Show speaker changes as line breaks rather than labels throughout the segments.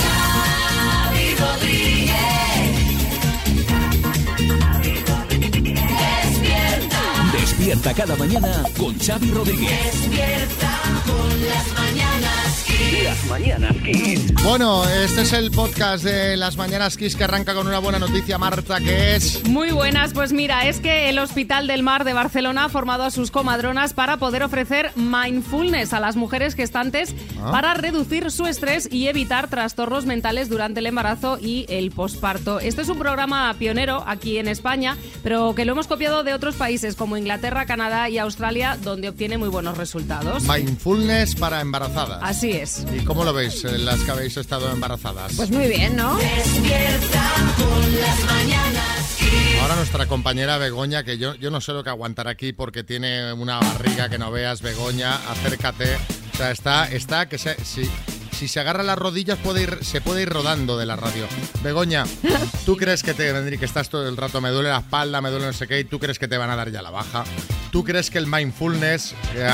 Xavi Rodríguez. Despierta.
Despierta cada mañana con Xavi Rodríguez.
Despierta con las mañanas. Las mañanas
Bueno, este es el podcast de Las Mañanas Kiss que arranca con una buena noticia, Marta, que es...
Muy buenas, pues mira, es que el Hospital del Mar de Barcelona ha formado a sus comadronas para poder ofrecer mindfulness a las mujeres gestantes
Ah.
para reducir su estrés y evitar trastornos mentales durante el embarazo y el posparto. Este es un programa pionero aquí en España, pero que lo hemos copiado de otros países como Inglaterra, Canadá y Australia, donde obtiene muy buenos resultados.
Mindfulness para embarazadas.
Así es.
¿Y cómo lo veis eh, las que habéis estado embarazadas?
Pues muy bien, ¿no?
Despierta con las mañanas.
Ahora nuestra compañera Begoña, que yo, yo no sé lo que aguantará aquí porque tiene una barriga que no veas, Begoña, acércate. O sea, está, está, que se- si, si se agarra las rodillas puede ir, se puede ir rodando de la radio. Begoña, ¿tú crees que te vendrí que estás todo el rato, me duele la espalda, me duele no sé qué, y tú crees que te van a dar ya la baja? ¿Tú crees que el mindfulness, eh,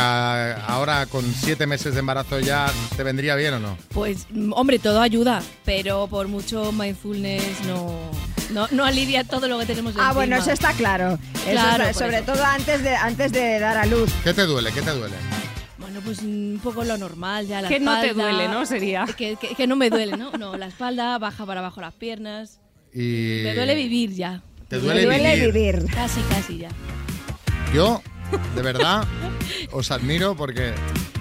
ahora con siete meses de embarazo ya, te vendría bien o no?
Pues, mm, hombre, todo ayuda, pero por mucho mindfulness no, no, no alivia todo lo que tenemos
Ah,
encima.
bueno, eso está claro. Eso
Claro,
está-
por
sobre
eso.
todo antes de, antes de dar a luz.
¿Qué te duele? ¿Qué te duele?
Bueno, pues mm, un poco lo normal ya, la
Que no te
espalda,
duele, ¿no? Sería.
Que, que- que no me duele, ¿no? No, la espalda, baja para abajo las piernas.
Y...
Me duele vivir ya.
Eh, Te duele Me duele vivir.
Casi, casi ya.
Yo, de verdad, os admiro porque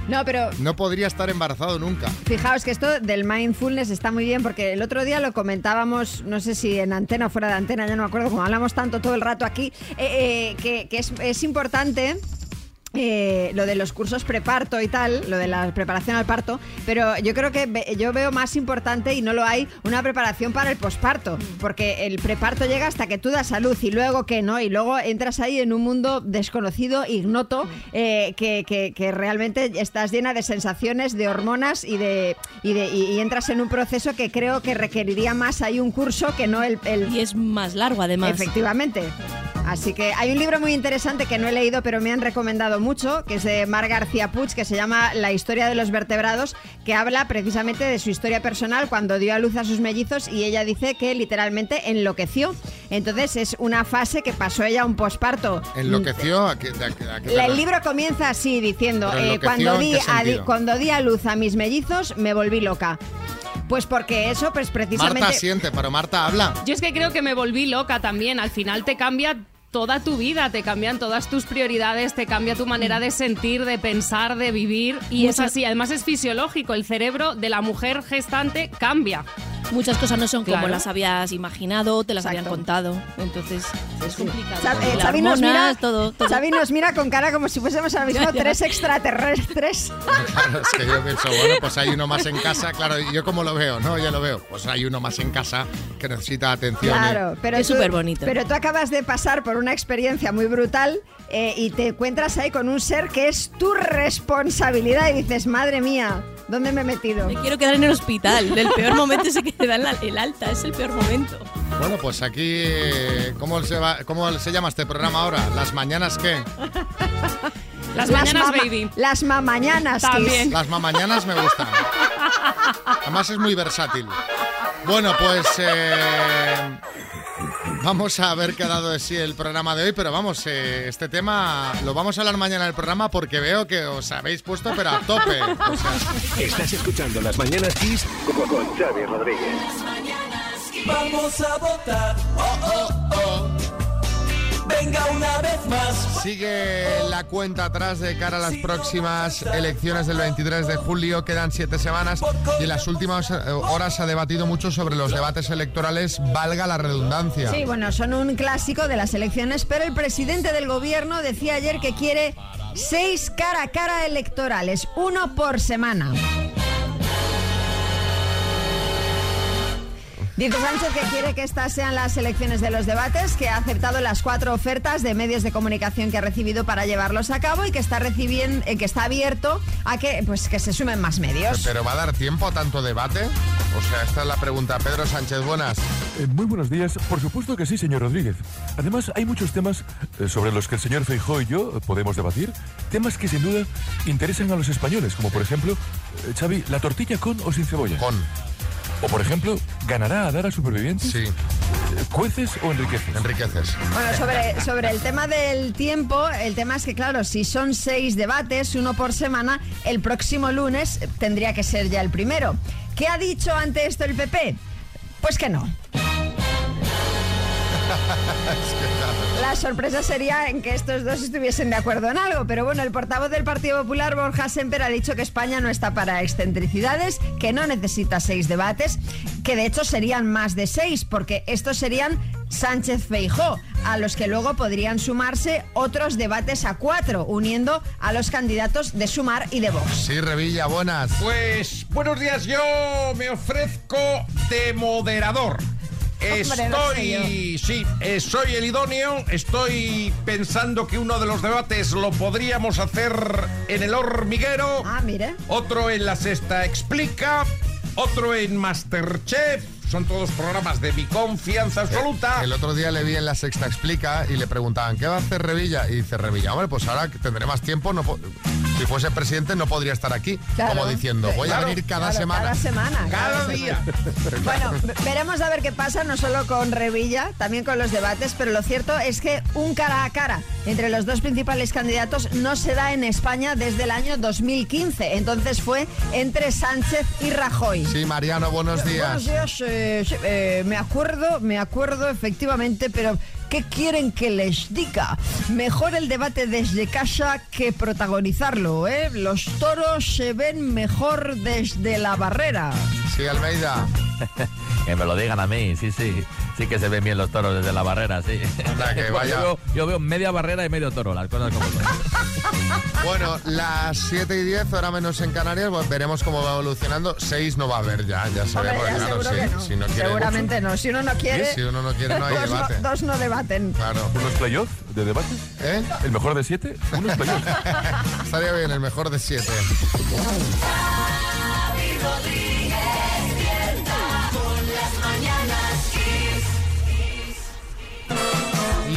No, pero
no podría estar embarazado nunca.
Fijaos que esto del mindfulness está muy bien porque el otro día lo comentábamos, no sé si en antena o fuera de antena, ya no me acuerdo, como hablamos tanto todo el rato aquí, eh, eh, que, que es, es importante. eh, lo de los cursos preparto y tal, lo de la preparación al parto, pero yo creo que ve- yo veo más importante y no lo hay una preparación para el posparto, porque el preparto llega hasta que tú das a luz y luego que no, y luego entras ahí en un mundo desconocido, ignoto, eh, que, que- que realmente estás llena de sensaciones, de hormonas y de y, de- y- y entras en un proceso que creo que requeriría más ahí un curso que no el,
Y es más largo además.
Efectivamente. Así que hay un libro muy interesante que no he leído, pero me han recomendado mucho, que es de Mar García Puig, que se llama La historia de los vertebrados, que habla precisamente de su historia personal cuando dio a luz a sus mellizos y ella dice que literalmente enloqueció. Entonces es una fase que pasó ella a un posparto.
Enloqueció. ¿A qué, a qué- a qué te
La- el
re-
libro comienza así diciendo,
Pero
eh,
enloqueció,
cuando,
¿en
di
qué
a di-
sentido?
cuando di a luz a mis mellizos me volví loca. Pues porque eso, pues precisamente...
Marta siente, pero Marta habla.
Yo es que creo que me volví loca también. Al final te cambia toda tu vida, te cambian todas tus prioridades, te cambia tu manera de sentir, de pensar, de vivir. Y es
Muchas-
así. Además es fisiológico. El cerebro de la mujer gestante cambia.
Muchas cosas no son
Claro.
como las habías imaginado, te las habían contado. Entonces, es complicado.
Sa- eh,
Las
Xavi nos mira,
hormonas, todo, todo.
Xavi nos mira con cara como si fuésemos ahora mismo
Ya, ya.
tres extraterrestres.
Claro, es que yo pienso, bueno, pues hay uno más en casa. Claro, ¿y yo como lo veo, ¿no? Ya lo veo. Pues hay uno más en casa que necesita atención. ¿eh?
Claro, pero
Es
tú-
superbonito.
Pero tú acabas de pasar por una experiencia muy brutal eh, y te encuentras ahí con un ser que es tu responsabilidad y dices, madre mía, ¿dónde me he metido?
Me quiero quedar en el hospital. El peor momento es el que te dan la- el alta, es el peor momento.
Bueno, pues aquí, eh, ¿cómo se, va- ¿cómo se llama este programa ahora? ¿Las mañanas qué?
Las mañanas,
mama-
baby.
Las mamañanas. Kiss.
También.
Las mamañanas me gustan. Además es muy versátil. Bueno, pues eh, vamos a ver qué ha dado de sí el programa de hoy, pero vamos, eh, este tema lo vamos a hablar mañana en el programa porque veo que os habéis puesto pero a tope. O sea,
Estás escuchando Las Mañanas Kiss con, con Xavi Rodríguez.
Vamos a votar. Oh, oh, oh. Venga una vez más.
Sigue la cuenta atrás de cara a las próximas elecciones del 23 de julio. Quedan siete semanas y en las últimas eh, horas se ha debatido mucho sobre los debates electorales, valga la redundancia.
Sí, bueno, son un clásico de las elecciones, pero el presidente del gobierno decía ayer que quiere seis cara a cara electorales, uno por semana. Dice Sánchez que quiere que estas sean las elecciones de los debates, que ha aceptado las cuatro ofertas de medios de comunicación que ha recibido para llevarlos a cabo y que está recibiendo, eh, que está abierto a que pues que se sumen más medios.
¿Pero va a dar tiempo a tanto debate? O sea, esta es la pregunta. Pedro Sánchez, buenas.
Eh, Muy buenos días. Por supuesto que sí, señor Rodríguez. Además, hay muchos temas eh, sobre los que el señor Feijó y yo eh, podemos debatir. Temas que sin duda interesan a los españoles, como por ejemplo, eh, Xavi, ¿la tortilla con o sin cebolla?
Con.
O, por ejemplo, ¿ganará a dar a supervivientes? Eh,
Sí.
¿Cueces o enriqueces?
Enriqueces.
Bueno, sobre, sobre el tema del tiempo, el tema es que, claro, si son seis debates, uno por semana, el próximo lunes tendría que ser ya el primero. ¿Qué ha dicho ante esto el PP? Pues que no. La sorpresa sería en que estos dos estuviesen de acuerdo en algo, pero bueno, el portavoz del Partido Popular, Borja Semper, ha dicho que España no está para excentricidades, que no necesita seis debates, que de hecho serían más de seis, porque estos serían Sánchez Feijó, a los que luego podrían sumarse otros debates a cuatro, uniendo a los candidatos de Sumar y de Vox.
Sí,
Ah,
Revilla, buenas.
Pues buenos días, yo me ofrezco de moderador.
Hombre, no sé
Estoy, sí, eh, soy el idóneo. Estoy pensando que uno de los debates lo podríamos hacer en el hormiguero,
Ah, mira.
otro en la sexta explica, otro en Masterchef. Son todos programas de mi confianza absoluta.
El otro día le vi en la sexta explica y le preguntaban, ¿qué va a hacer Revilla? Y dice Revilla, hombre, pues ahora que tendré más tiempo, no po- si fuese presidente no podría estar aquí.
Claro.
Como diciendo, voy
Claro,
a venir cada
Claro,
semana.
Cada semana.
Cada día.
Bueno, ve- veremos a ver qué pasa, no solo con Revilla, también con los debates, pero lo cierto es que un cara a cara entre los dos principales candidatos no se da en España desde el año 2015. Entonces fue entre Sánchez y Rajoy.
Sí, Mariano, buenos días.
Buenos días, eh, sí, eh, me acuerdo, me acuerdo efectivamente, pero ¿qué quieren que les diga? Mejor el debate desde casa que protagonizarlo, ¿eh? Los toros se ven mejor desde la barrera.
Sí, Almeida.
Que me lo digan a mí, sí, sí. Sí que se ven bien los toros desde la barrera, sí.
Anda, que
Pues
Eh, vaya.
Yo, veo, yo veo media barrera y medio toro, las cosas como son.
Bueno, las 7 y 10, ahora menos en Canarias, bueno, veremos cómo va evolucionando. 6 no va a haber ya, ya
Hombre,
sabemos.
ya
claro,
seguro
sí,
que no.
si no quiere
Seguramente no. Si uno no quiere,
Si uno no quiere, no hay
dos,
debate.
dos no debaten.
Claro.
¿Unos playoffs de debates?
¿Eh?
¿El mejor de siete? ¿Unos playoffs?
Estaría bien, el mejor de 7.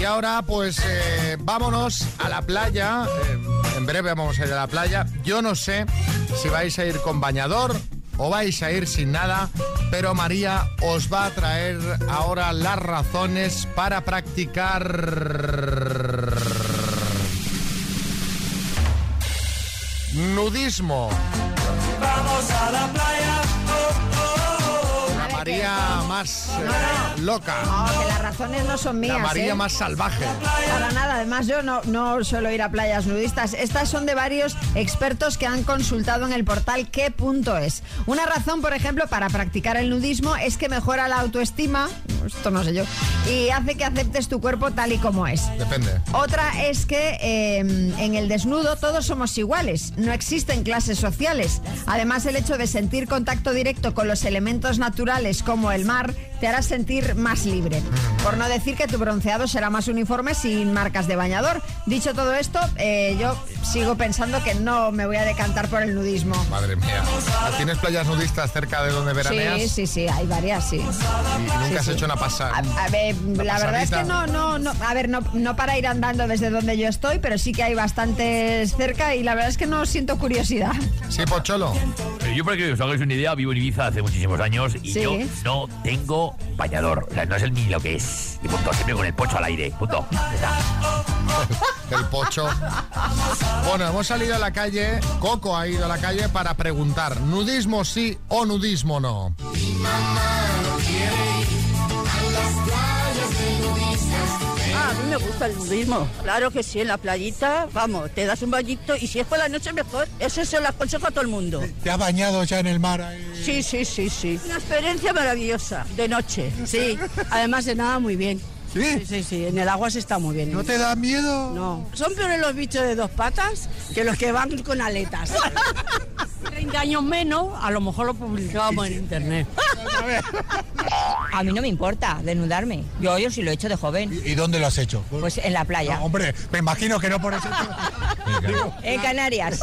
Y ahora, pues eh, vámonos a la playa. Eh, en breve vamos a ir a la playa. Yo no sé si vais a ir con bañador o vais a ir sin nada, pero María os va a traer ahora las razones para practicar nudismo.
Vamos a la playa. Oh, oh, oh,
A ver,
María más eh, loca,
No, que las razones no son Ah, mías.
la María
¿eh?
más salvaje.
Para nada, además yo no, no suelo ir a playas nudistas. Estas son de varios expertos que han consultado en el portal qué.es. Una razón, por ejemplo, para practicar el nudismo es que mejora la autoestima, esto no sé yo, y hace que aceptes tu cuerpo tal y como es.
Depende.
Otra es que eh, en el desnudo todos somos iguales, no existen clases sociales. Además, el hecho de sentir contacto directo con los elementos naturales como el mar te hará sentir más libre. Por no decir que tu bronceado será más uniforme sin marcas de bañador. Dicho todo esto, eh, yo sigo pensando que no me voy a decantar por el nudismo.
Madre mía. ¿Tienes playas nudistas cerca de donde veraneas?
Sí, sí, sí, hay varias, sí.
Y, y nunca
Sí,
has
sí.
hecho una pasada.
A, a ver, la verdad es que
pasadita.
no, no, no, a ver, no, no para ir andando desde donde yo estoy, pero sí que hay bastantes cerca y la verdad es que no siento curiosidad.
Sí, Pocholo.
Eh, Yo para que os hagáis una idea, vivo en Ibiza hace muchísimos años y
Sí.
yo no tengo bañador. O sea, no sé ni lo que es. Y punto, siempre con el pocho al aire. Punto. Ya está.
El Pocho. Bueno, hemos salido a la calle. Coco ha ido a la calle para preguntar: ¿nudismo sí o nudismo no?
Ah, a mí me gusta el nudismo. Claro que sí, en la playita, vamos, te das un bañito y si es por la noche mejor. Eso se lo aconsejo a todo el mundo.
¿Te has bañado ya en el mar?
Sí, sí, sí, sí. Una experiencia maravillosa, de noche. Sí, además de nada muy bien.
¿Sí?
Sí, sí, sí, en el agua se está muy bien.
¿No te da miedo?
No. Son peores los bichos de dos patas que los que van con aletas. 30 años menos, a lo mejor lo publicábamos en internet.
A mí no me importa desnudarme. Yo, yo sí lo he hecho de joven. ¿Y, y dónde lo has hecho? Pues en la playa. hombre, me imagino que no por eso. en Canarias.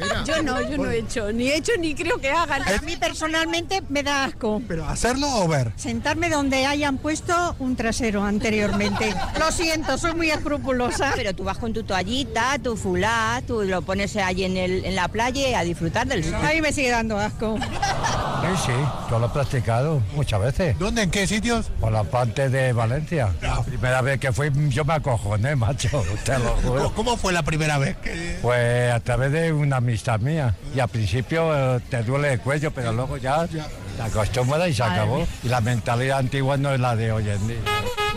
Mira.
Yo no, yo no he hecho, ni he hecho ni creo que hagan.
A
mí personalmente me da asco.
¿Pero hacerlo o ver?
Sentarme donde hayan puesto un trasero anteriormente. Lo siento, soy muy escrupulosa.
Pero tú vas con tu toallita, tu fulá, tú lo pones ahí en, el, en la playa a disfrutar del sol.
A mí me sigue dando asco.
A
sí, yo lo he practicado muchas veces. ¿Dónde? ¿En qué sitios? Por la parte de Valencia. La primera vez que fui, yo me acojoné, macho, te lo juro.
¿Cómo fue la primera vez?
Pues a través de una amistad mía. Y al principio eh, te duele el cuello, pero luego ya te acostumbras y se
Madre
acabó.
mía.
Y la mentalidad antigua no es la de hoy en día.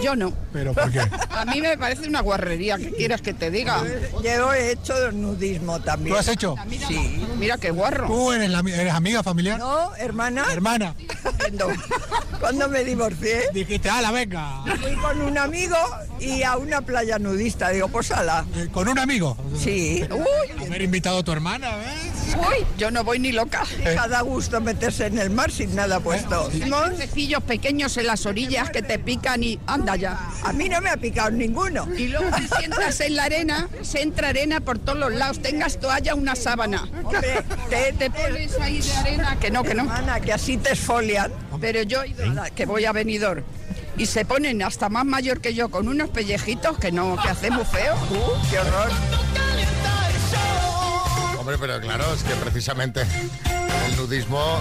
Yo no.
¿Pero por qué?
A mí me parece una guarrería, ¿qué quieres que te diga?
Yo he hecho nudismo también.
¿Lo has hecho?
Sí.
Mira qué guarro.
¿Tú eres, la- eres amiga familiar?
No, hermana.
Hermana.
Cuando me divorcié.
Dijiste, ala, venga.
Fui con un amigo y a una playa nudista. Digo, pues ala.
Eh, ¿Con un amigo?
Sí.
Haber invitado a tu hermana, ¿eh?
Uy, yo no voy ni loca.
Cada gusto meterse en el mar sin nada puesto.
Hay pececillos pequeños en las orillas que te pican y anda ya.
A mí no me ha picado ninguno.
Y luego si sientas en la arena, se entra arena por todos los lados, tengas toalla, una sábana. Te, te pones ahí de arena, que no, que no.
que así te esfolian.
Pero yo he ido a la- que voy a venidor. Y se ponen hasta más mayor que yo, con unos pellejitos que no, que hace muy feo.
qué horror.
Hombre, pero claro, es que precisamente el nudismo,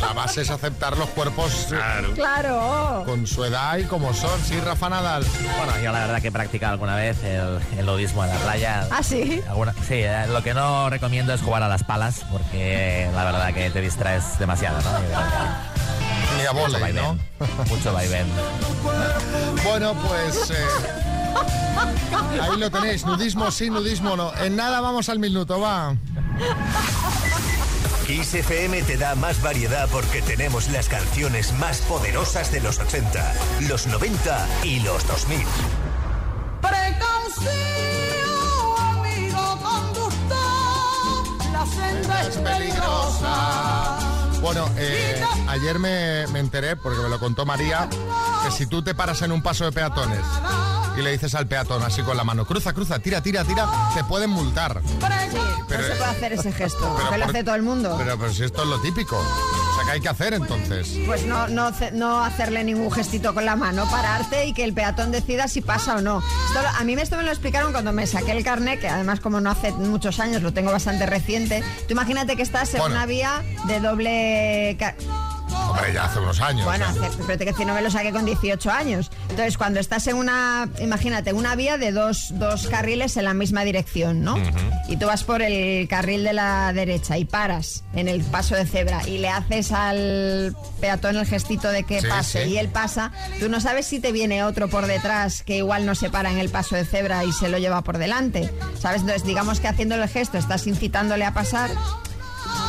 la base es aceptar los cuerpos
Claro.
con su edad y como son. Sí, Rafa Nadal.
Bueno, yo la verdad que he practicado alguna vez el, el nudismo en la playa.
¿Ah, sí?
Alguna- sí, eh, lo que no recomiendo es jugar a las palas porque la verdad que te distraes demasiado, ¿no?
Ni a
Mucho
volei,
vaivén, Mucho vaivén.
Bueno, pues eh, ahí lo tenéis. Nudismo sí, nudismo no. En nada vamos al minuto, va.
Kiss FM te da más variedad porque tenemos las canciones más poderosas de los 80, los 90 y los 2000.
Precaución, amigo conductor, la senda es peligrosa.
Bueno, eh, ayer me, me enteré, porque me lo contó María, que si tú te paras en un paso de peatones y le dices al peatón así con la mano, cruza, cruza, tira, tira, tira, te pueden multar.
no se puede hacer ese gesto,
pero
que lo
por-
hace todo el mundo.
Pero, pero si esto es lo típico. O sea, ¿qué hay que hacer entonces?
Pues no, no, ce- no hacerle ningún gestito con la mano, pararte y que el peatón decida si pasa o no. Esto lo- a mí esto me lo explicaron cuando me saqué el carnet, que además como no hace muchos años, lo tengo bastante reciente. Tú imagínate que estás en
Bueno.
una vía de doble... ca-
Hombre, ya hace unos años.
Bueno,
¿eh?
hace- pero te quiero decir, no me lo saqué con 18 años. Entonces, cuando estás en una, imagínate, una vía de dos, dos carriles en la misma dirección, ¿no? Y tú vas por el carril de la derecha y paras en el paso de cebra y le haces al peatón el gestito de que
Sí,
pase
sí.
y él pasa, tú no sabes si te viene otro por detrás que igual no se para en el paso de cebra y se lo lleva por delante, ¿sabes? Entonces, digamos que haciendo el gesto estás incitándole a pasar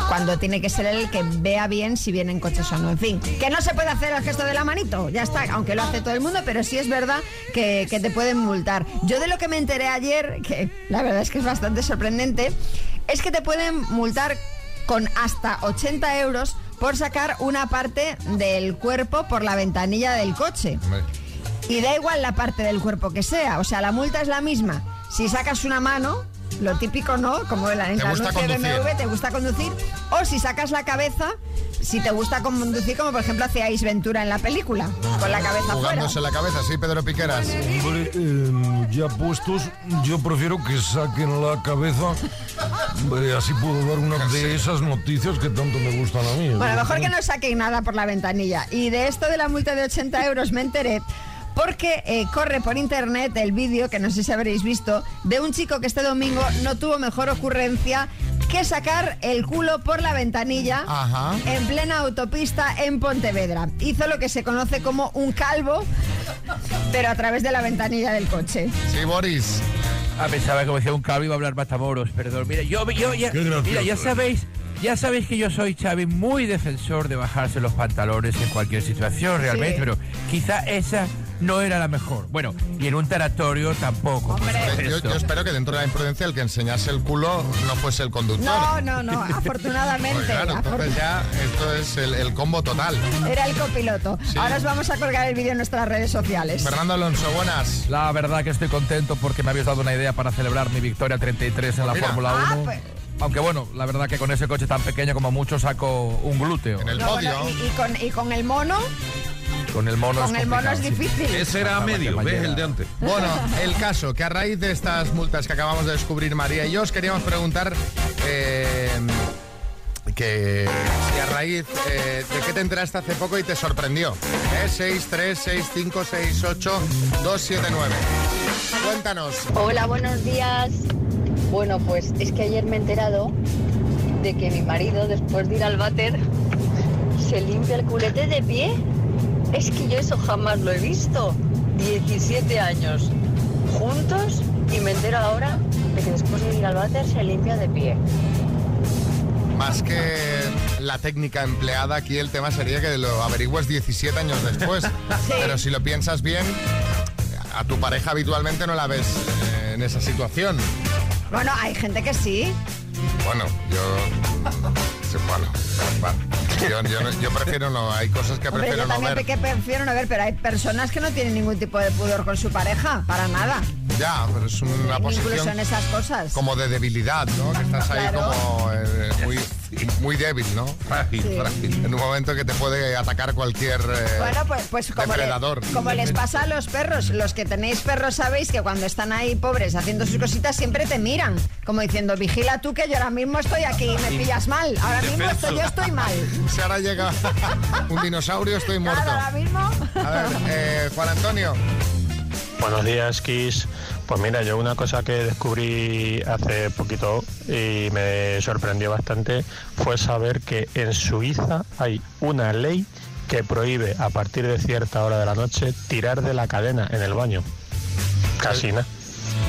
cuando tiene que ser él el que vea bien si vienen coches o no. En fin, que no se puede hacer el gesto de la manito, ya está, aunque lo hace todo el mundo, pero sí es verdad que, que te pueden multar. Yo de lo que me enteré ayer, que la verdad es que es bastante sorprendente, es que te pueden multar con hasta 80 euros por sacar una parte del cuerpo por la ventanilla del coche. Y da igual la parte del cuerpo que sea, o sea, la multa es la misma. Si sacas una mano, lo típico no, como en la, en
Te
la
gusta
anuncio de
conducir.
BMW, te gusta conducir, o si sacas la cabeza, si te gusta conducir, como por ejemplo hacía Ace Ventura en la película, con la cabeza fuera.
Jugándose la cabeza, sí, Pedro Piqueras.
Hombre, eh, ya puestos, yo prefiero que saquen la cabeza. Hombre, así puedo dar una de esas noticias que tanto me gustan a mí.
Bueno, mejor que no saquen nada por la ventanilla. Y de esto de la multa de 80 euros me enteré porque eh, corre por internet el vídeo, que no sé si habréis visto, de un chico que este domingo no tuvo mejor ocurrencia que sacar el culo por la ventanilla
Ajá.
en plena autopista en Pontevedra. Hizo lo que se conoce como un calvo, pero a través de la ventanilla del coche.
Sí, Boris.
Ah, pensaba que me decía un cabrón iba a hablar matamoros, perdón. Mira, yo, yo ya,
Qué gracioso.
mira, ya sabéis, ya sabéis que yo soy Xavi muy defensor de bajarse los pantalones en cualquier situación realmente,
Sí.
pero quizá esa no era la mejor. Bueno, y en un taratorio tampoco. por
Yo,
supuesto.
yo espero que dentro de la imprudencia el que enseñase el culo no fuese el conductor.
No, no, no, afortunadamente.
Pues claro, entonces ya esto es el, el combo total.
Era el copiloto. Ahora os vamos a colgar el vídeo en nuestras redes sociales.
Fernando Alonso, buenas.
La verdad que estoy contento porque me habéis dado una idea para celebrar mi victoria 33 en la
Mira.
Fórmula 1.
Ah, pues-
Aunque bueno, la verdad que con ese coche tan pequeño como mucho saco un glúteo.
No, bueno, y, y con, y con el mono,
Con el mono
con el mono es difícil.
Ese era a medio, ¿ves? El de antes.
Bueno, el caso, que a raíz de estas multas que acabamos de descubrir María y yo, os queríamos preguntar eh, que si a raíz eh, de qué te enteraste hace poco y te sorprendió. ¿Eh? 6, 3, 6, 5, 6, 8, 2, 7, 9. Cuéntanos.
Hola, buenos días. Bueno, pues es que ayer me he enterado de que mi marido, después de ir al váter, se limpia el culete de pie. Es que yo eso jamás lo he visto. 17 años juntos y me entero ahora de que después de ir al váter se limpia de pie.
Más que la técnica empleada aquí, el tema sería que lo averigües 17 años después. Pero si lo piensas bien, a tu pareja habitualmente no la ves eh, en esa situación.
Bueno, hay gente que sí.
Bueno, yo... sí, Bueno, va. Yo, yo no- yo prefiero no, hay cosas que
Hombre,
prefiero
yo
no
también
ver.
que prefiero no ver, pero hay personas que no tienen ningún tipo de pudor con su pareja, para nada.
Ya, pero es una
Incluso en
posición
esas cosas.
como de debilidad, ¿no? Que estás ahí
Claro.
como eh, muy, muy débil, ¿no? Frágil,
Sí.
frágil. En un momento que te puede atacar cualquier... eh,
Bueno, pues, pues como, le-
depredador.
como les pasa a los perros, los que tenéis perros sabéis que cuando están ahí pobres haciendo sus cositas siempre te miran, como diciendo, vigila tú que yo ahora mismo estoy aquí y me
In-
pillas mal, ahora mismo
indefenso.
estoy, yo estoy mal.
Si ahora llega un dinosaurio, estoy muerto.
Claro, ahora mismo...
A ver, eh, Juan Antonio.
Buenos días, Kiss. Pues mira, yo una cosa que descubrí hace poquito y me sorprendió bastante fue saber que en Suiza hay una ley que prohíbe a partir de cierta hora de la noche tirar de la cadena en el baño. Casi nada.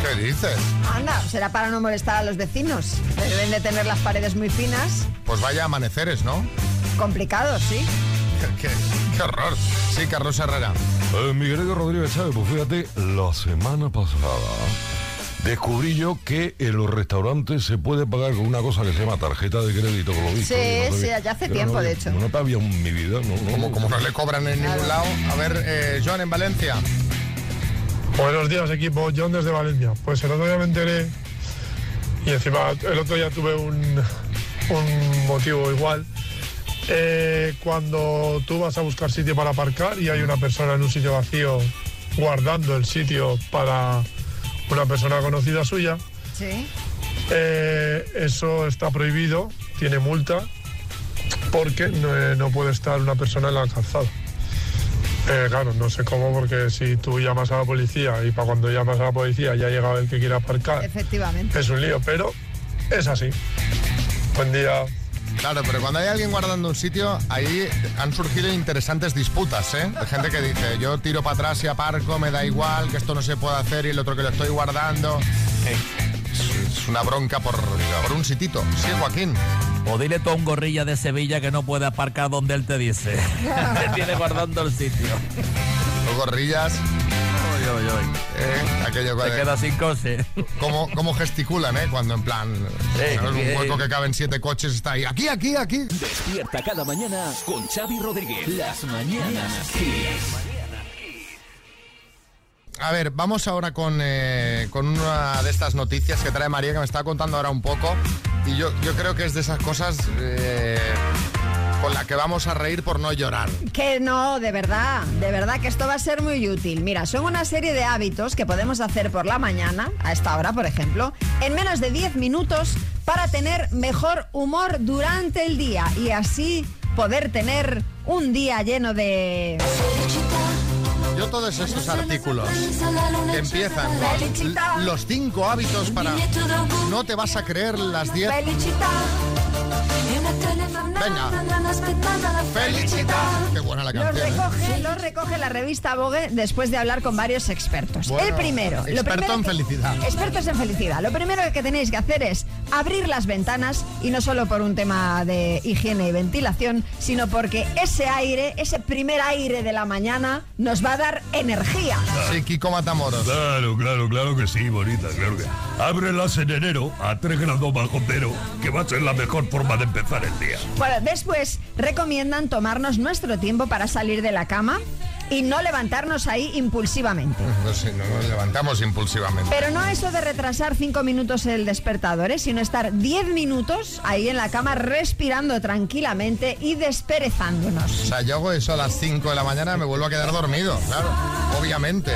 ¿Qué dices?
Anda, será para no molestar a los vecinos, deben de tener las paredes muy finas,
Pues vaya amaneceres, ¿no?
complicados, ¿sí?
Qué, qué- qué horror. Sí, Carlos Herrera.
Eh, mi querido Rodríguez Chávez, pues fíjate, la semana pasada descubrí yo que en los restaurantes se puede pagar con una cosa que se llama tarjeta de crédito, con lo visto.
Sí,
yo no
sí,
sabía.
ya hace
Yo
tiempo,
no,
de
yo
hecho.
No había en mi vida, no.
Como, como no le cobran en ningún lado. A ver, eh, Joan en Valencia.
Buenos días, equipo. John desde Valencia. Pues el otro día me enteré y encima el otro día tuve un, un motivo igual. Eh, cuando tú vas a buscar sitio para aparcar y hay una persona en un sitio vacío guardando el sitio para una persona conocida suya,
Sí.
eh, eso está prohibido, tiene multa, porque no, eh, no puede estar una persona en la calzada. Eh, claro, no sé cómo, porque si tú llamas a la policía y para cuando llamas a la policía ya ha llegado el que quiere aparcar,
Efectivamente.
es un lío, pero es así. Buen día.
Claro, pero cuando hay alguien guardando un sitio, ahí han surgido interesantes disputas, ¿eh? De gente que dice, yo tiro para atrás y aparco, me da igual, que esto no se puede hacer y el otro que lo estoy guardando. Es, es una bronca por, por un sitito. Sí, Joaquín.
O dile tú a un gorrilla de Sevilla que no puede aparcar donde él te dice. te tiene guardando el sitio.
Los gorrillas. Eh, aquello
Se
que-
queda sin coche.
Cómo, cómo gesticulan, ¿eh? Cuando en plan... ¿no? en
eh,
un hueco que caben siete coches está ahí. Aquí, aquí, aquí.
Despierta cada mañana con Xavi Rodríguez. Las mañanas Kiss.
A ver, vamos ahora con, eh, con una de estas noticias que trae María, que me está contando ahora un poco. Y yo, yo creo que es de esas cosas eh, con la que vamos a reír por no llorar.
Que no, de verdad, de verdad que esto va a ser muy útil. Mira, son una serie de hábitos que podemos hacer por la mañana, a esta hora por ejemplo, en menos de 10 minutos para tener mejor humor durante el día y así poder tener un día lleno de...
Yo todos estos artículos que empiezan con los cinco hábitos para... No te vas a creer las diez...
Venga.
Felicita. Qué buena la
Los
canción. ¿eh?
recoge, los recoge la revista Vogue después de hablar con varios expertos.
Bueno,
el primero, lo
experto
primero
en felicidad.
Expertos en felicidad. Lo primero que tenéis que hacer es abrir las ventanas y no solo por un tema de higiene y ventilación, sino porque ese aire, ese primer aire de la mañana, nos va a dar energía.
Sí, Kiko Matamoros.
Claro, claro, claro que sí, bonita, claro que. Ábrelas en enero a 3 grados bajo cero, que va a ser la mejor forma de empezar el día.
Bueno, después recomiendan tomarnos nuestro tiempo para salir de la cama y no levantarnos ahí impulsivamente.
No sé, no Pues nos levantamos impulsivamente.
Pero no eso de retrasar cinco minutos el despertador, ¿eh? sino estar 10 minutos ahí en la cama respirando tranquilamente y desperezándonos.
O sea, yo hago eso a las 5 de la mañana me vuelvo a quedar dormido, claro, obviamente.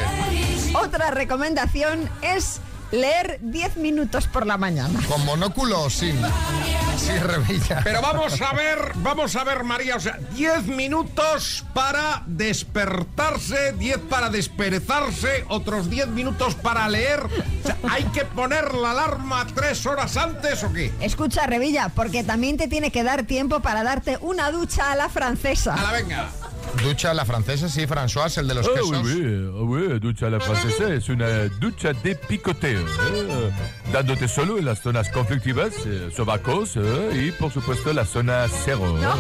Otra recomendación es leer 10 minutos por la mañana.
¿Con monóculo o sin? Sí, Revilla.
Pero vamos a ver, vamos a ver, María. O sea, 10 minutos para despertarse, 10 para desperezarse, otros 10 minutos para leer. O sea, ¿hay que poner la alarma tres horas antes o qué?
Escucha, Revilla, porque también te tiene que dar tiempo para darte una ducha a la francesa.
la venga.
Ducha a la francesa, sí, François, el de los
Ah,
quesos.
oui, oui, ah, oui, ducha a la francesa es una ducha de picoteo, ¿eh? dándote solo en las zonas conflictivas, eh, sobacos ¿eh? y por supuesto la zona cero. ¿eh?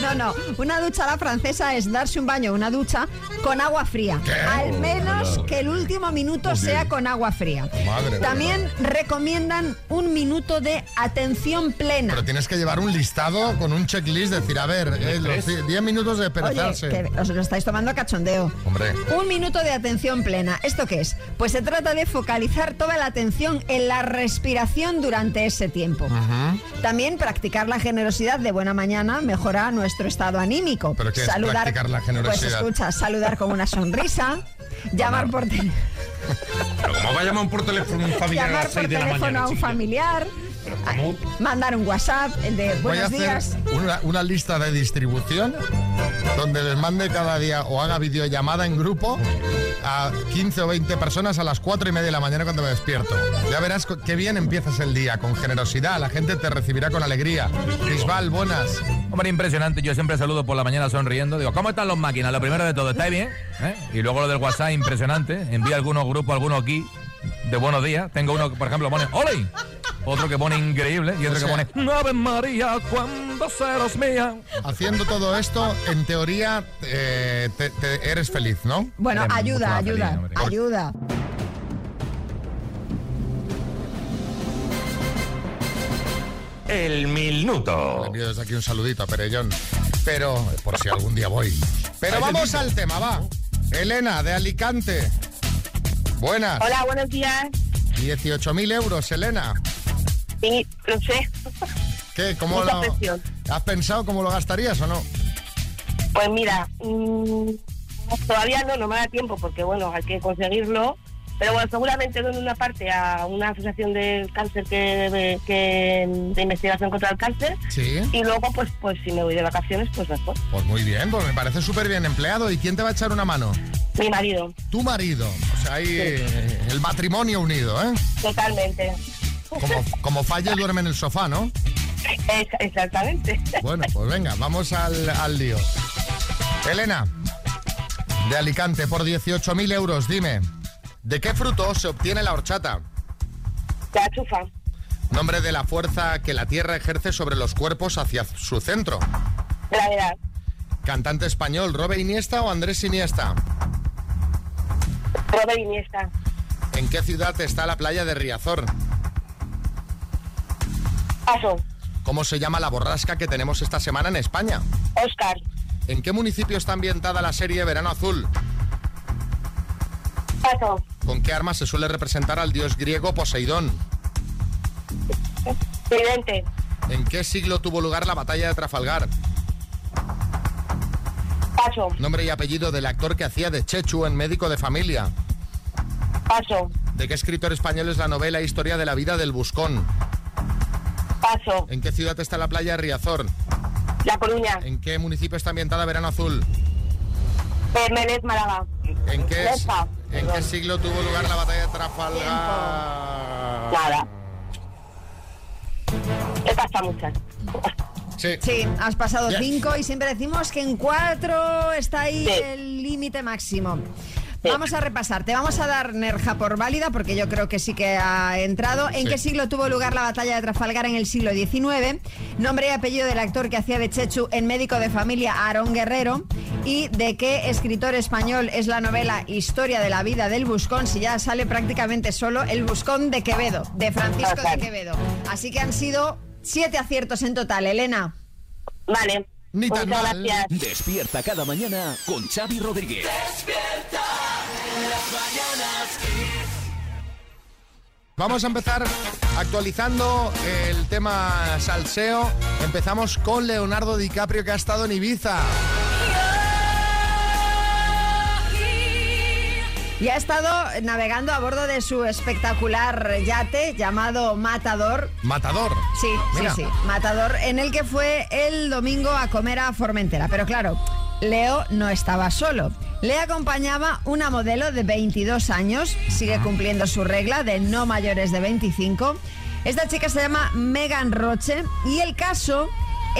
No, no, una ducha a la francesa es darse un baño, una ducha con agua fría. Al menos que el último minuto sea con agua fría.
Madre
También recomiendan un minuto de atención plena.
Pero tienes que llevar un listado con un checklist, decir, a ver, eh, los
Tres.
10 minutos de
Oye,
perezarse.
que os lo estáis tomando a cachondeo.
Hombre.
Un minuto de atención plena. ¿Esto qué es? Pues se trata de focalizar toda la atención en la respiración durante ese tiempo. También practicar la generosidad de buena mañana mejora nuestro estado anímico.
¿Pero qué es practicar la
Pues
generosidad?
escucha, saludar con una sonrisa, llamar por, te-
Pero ¿cómo va a llamar por teléfono un familiar a
llamar
las
por
6 de la
teléfono
mañana?
a un familiar,
¿Cómo?
mandar un WhatsApp, el de
Voy a
buenos
hacer
días.
una, una lista de distribución donde les mande cada día o haga videollamada en grupo a 15 o 20 personas a las 4 y media de la mañana cuando me despierto. Ya verás co- qué bien empiezas el día, con generosidad, la gente te recibirá con alegría. Bisbal, buenas.
Hombre, impresionante. Yo siempre saludo por la mañana sonriendo. Digo, ¿cómo están los máquinas? Lo primero de todo, ¿estáis bien? ¿Eh? Y luego lo del WhatsApp, impresionante. Envía algunos grupos, algunos aquí, de buenos días. Tengo uno que, por ejemplo, pone ¡Ole! Otro que pone increíble y otro que pone
Ave María, cuando serás mía.
Haciendo todo esto, en teoría, eh, te- te- eres feliz, ¿no?
Bueno, ayuda, ayuda, ayuda.
El minuto. Le envío desde aquí un saludito a Perellón. Pero, eh, por si algún día voy. Pero vamos al tema, va. Elena, de Alicante. Buenas.
Hola, buenos días.
18.000 euros, Elena.
Sí, lo sé.
¿Qué? ¿Cómo
Mucha
lo
presión.
has pensado cómo lo gastarías o no?
Pues mira, mm, todavía no, no me da tiempo porque, bueno, hay que conseguirlo. Pero bueno, seguramente doy una parte a una asociación del cáncer que, que- de investigación contra el cáncer.
Sí.
Y luego, pues, pues si me voy de vacaciones, pues mejor.
Pues muy bien, pues me parece súper bien empleado. ¿Y quién te va a echar una mano?
Mi marido.
Tu marido. O sea, ahí eh, el matrimonio unido, ¿eh?
Totalmente.
Como, como falle, duerme en el sofá, ¿no?
Ex- Exactamente.
Bueno, pues venga, vamos al, al lío. Elena, de Alicante, por 18.000 euros, dime, ¿de qué fruto se obtiene la horchata?
La chufa.
Nombre de la fuerza que la Tierra ejerce sobre los cuerpos hacia su centro.
Gravedad.
Cantante español, Robe Iniesta o Andrés Iniesta.
Robert Iniesta.
¿En qué ciudad está la playa de Riazor?
Paso.
¿Cómo se llama la borrasca que tenemos esta semana en España?
Oscar.
¿En qué municipio está ambientada la serie Verano Azul?
Paso.
¿Con qué arma se suele representar al dios griego Poseidón?
Vidente.
¿En qué siglo tuvo lugar la batalla de Trafalgar?
Paso.
Nombre y apellido del actor que hacía de Chechu en Médico de Familia.
Paso.
¿De qué escritor español es la novela Historia de la vida del Buscón?
Paso.
¿En qué ciudad está la playa Riazor?
La Coruña.
¿En qué municipio está ambientada Verano Azul?
Eh, Menet, Málaga.
¿En qué, es-
Lefa.
¿En qué siglo tuvo lugar la batalla de Trafalgar?
Nada. He pasado muchas.
Sí.
Sí, has pasado
Yes.
cinco y siempre decimos que en cuatro está ahí
Sí.
el límite máximo. Vamos a repasar. Te vamos a dar Nerja por válida porque yo creo que sí que ha entrado. ¿En
Sí.
qué siglo tuvo lugar la batalla de Trafalgar en el siglo XIX? Nombre y apellido del actor que hacía de Chechu en Médico de Familia, Aarón Guerrero. ¿Y de qué escritor español es la novela Historia de la vida del Buscón? Si ya sale prácticamente solo, El Buscón de Quevedo, de Francisco de
Total.
Quevedo. Así que han sido siete aciertos en total, Elena.
Vale.
Ni tan Muchas mal. gracias.
Despierta cada mañana con Xavi Rodríguez.
Vamos a empezar actualizando el tema salseo. Empezamos con Leonardo DiCaprio que ha estado en Ibiza.
y ha estado navegando a bordo de su espectacular yate llamado Matador.
Matador.
Sí,
Mira.
sí, sí, Matador, en el que fue el domingo a comer a Formentera. Pero claro, Leo no estaba solo. Le acompañaba una modelo de 22 años, sigue cumpliendo su regla de no mayores de 25. Esta chica se llama Megan Roche y el caso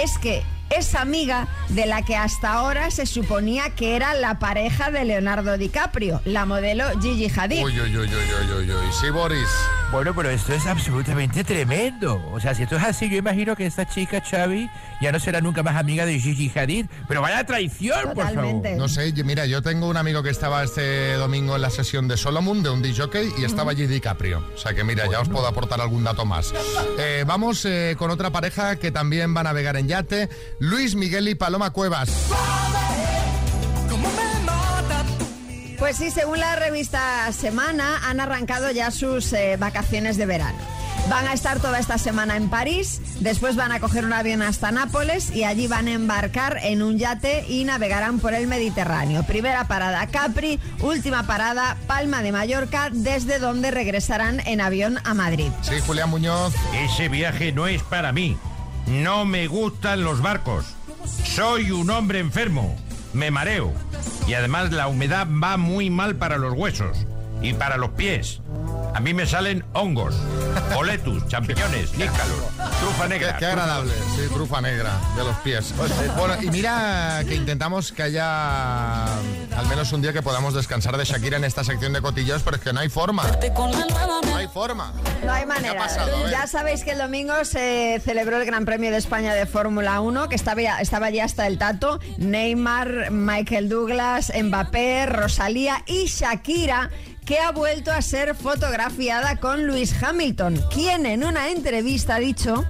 es que es amiga de la que hasta ahora se suponía que era la pareja de Leonardo DiCaprio, la modelo Gigi Hadid.
Uy, uy, uy, uy, uy, uy, uy. Sí, Boris.
Bueno, pero esto es absolutamente tremendo. O sea, si esto es así, yo imagino que esta chica, Xavi, ya no será nunca más amiga de Gigi Hadid. Pero vaya traición, por favor.
No sé, yo- mira, yo tengo un amigo que estaba este domingo en la sesión de Solomon, de un DJ, y estaba allí DiCaprio. O sea que mira, ya os puedo aportar algún dato más. Eh, vamos eh, con otra pareja que también va a navegar en yate, Luis Miguel y Paloma Cuevas.
Pues sí, según la revista Semana, han arrancado ya sus eh, vacaciones de verano. Van a estar toda esta semana en París, después van a coger un avión hasta Nápoles y allí van a embarcar en un yate y navegarán por el Mediterráneo. Primera parada Capri, última parada Palma de Mallorca, desde donde regresarán en avión a Madrid.
Sí, Julián Muñoz.
Ese viaje no es para mí. No me gustan los barcos. Soy un hombre enfermo. Me mareo. Y además la humedad va muy mal para los huesos y para los pies. A mí me salen hongos, boletus, champiñones, nícalos, trufa negra.
Qué agradable, sí, trufa negra de los pies.
Pues, eh,
Bueno, y mira que intentamos que haya al menos un día que podamos descansar de Shakira en esta sección de cotillos, pero es que no hay forma. No hay forma.
No hay manera.
ha pasado, eh?
ya sabéis que el domingo se celebró el Gran Premio de España de Fórmula 1, que estaba ya, estaba ya hasta el tato. Neymar, Michael Douglas, Mbappé, Rosalía y Shakira que ha vuelto a ser fotografiada con Lewis Hamilton, quien en una entrevista ha dicho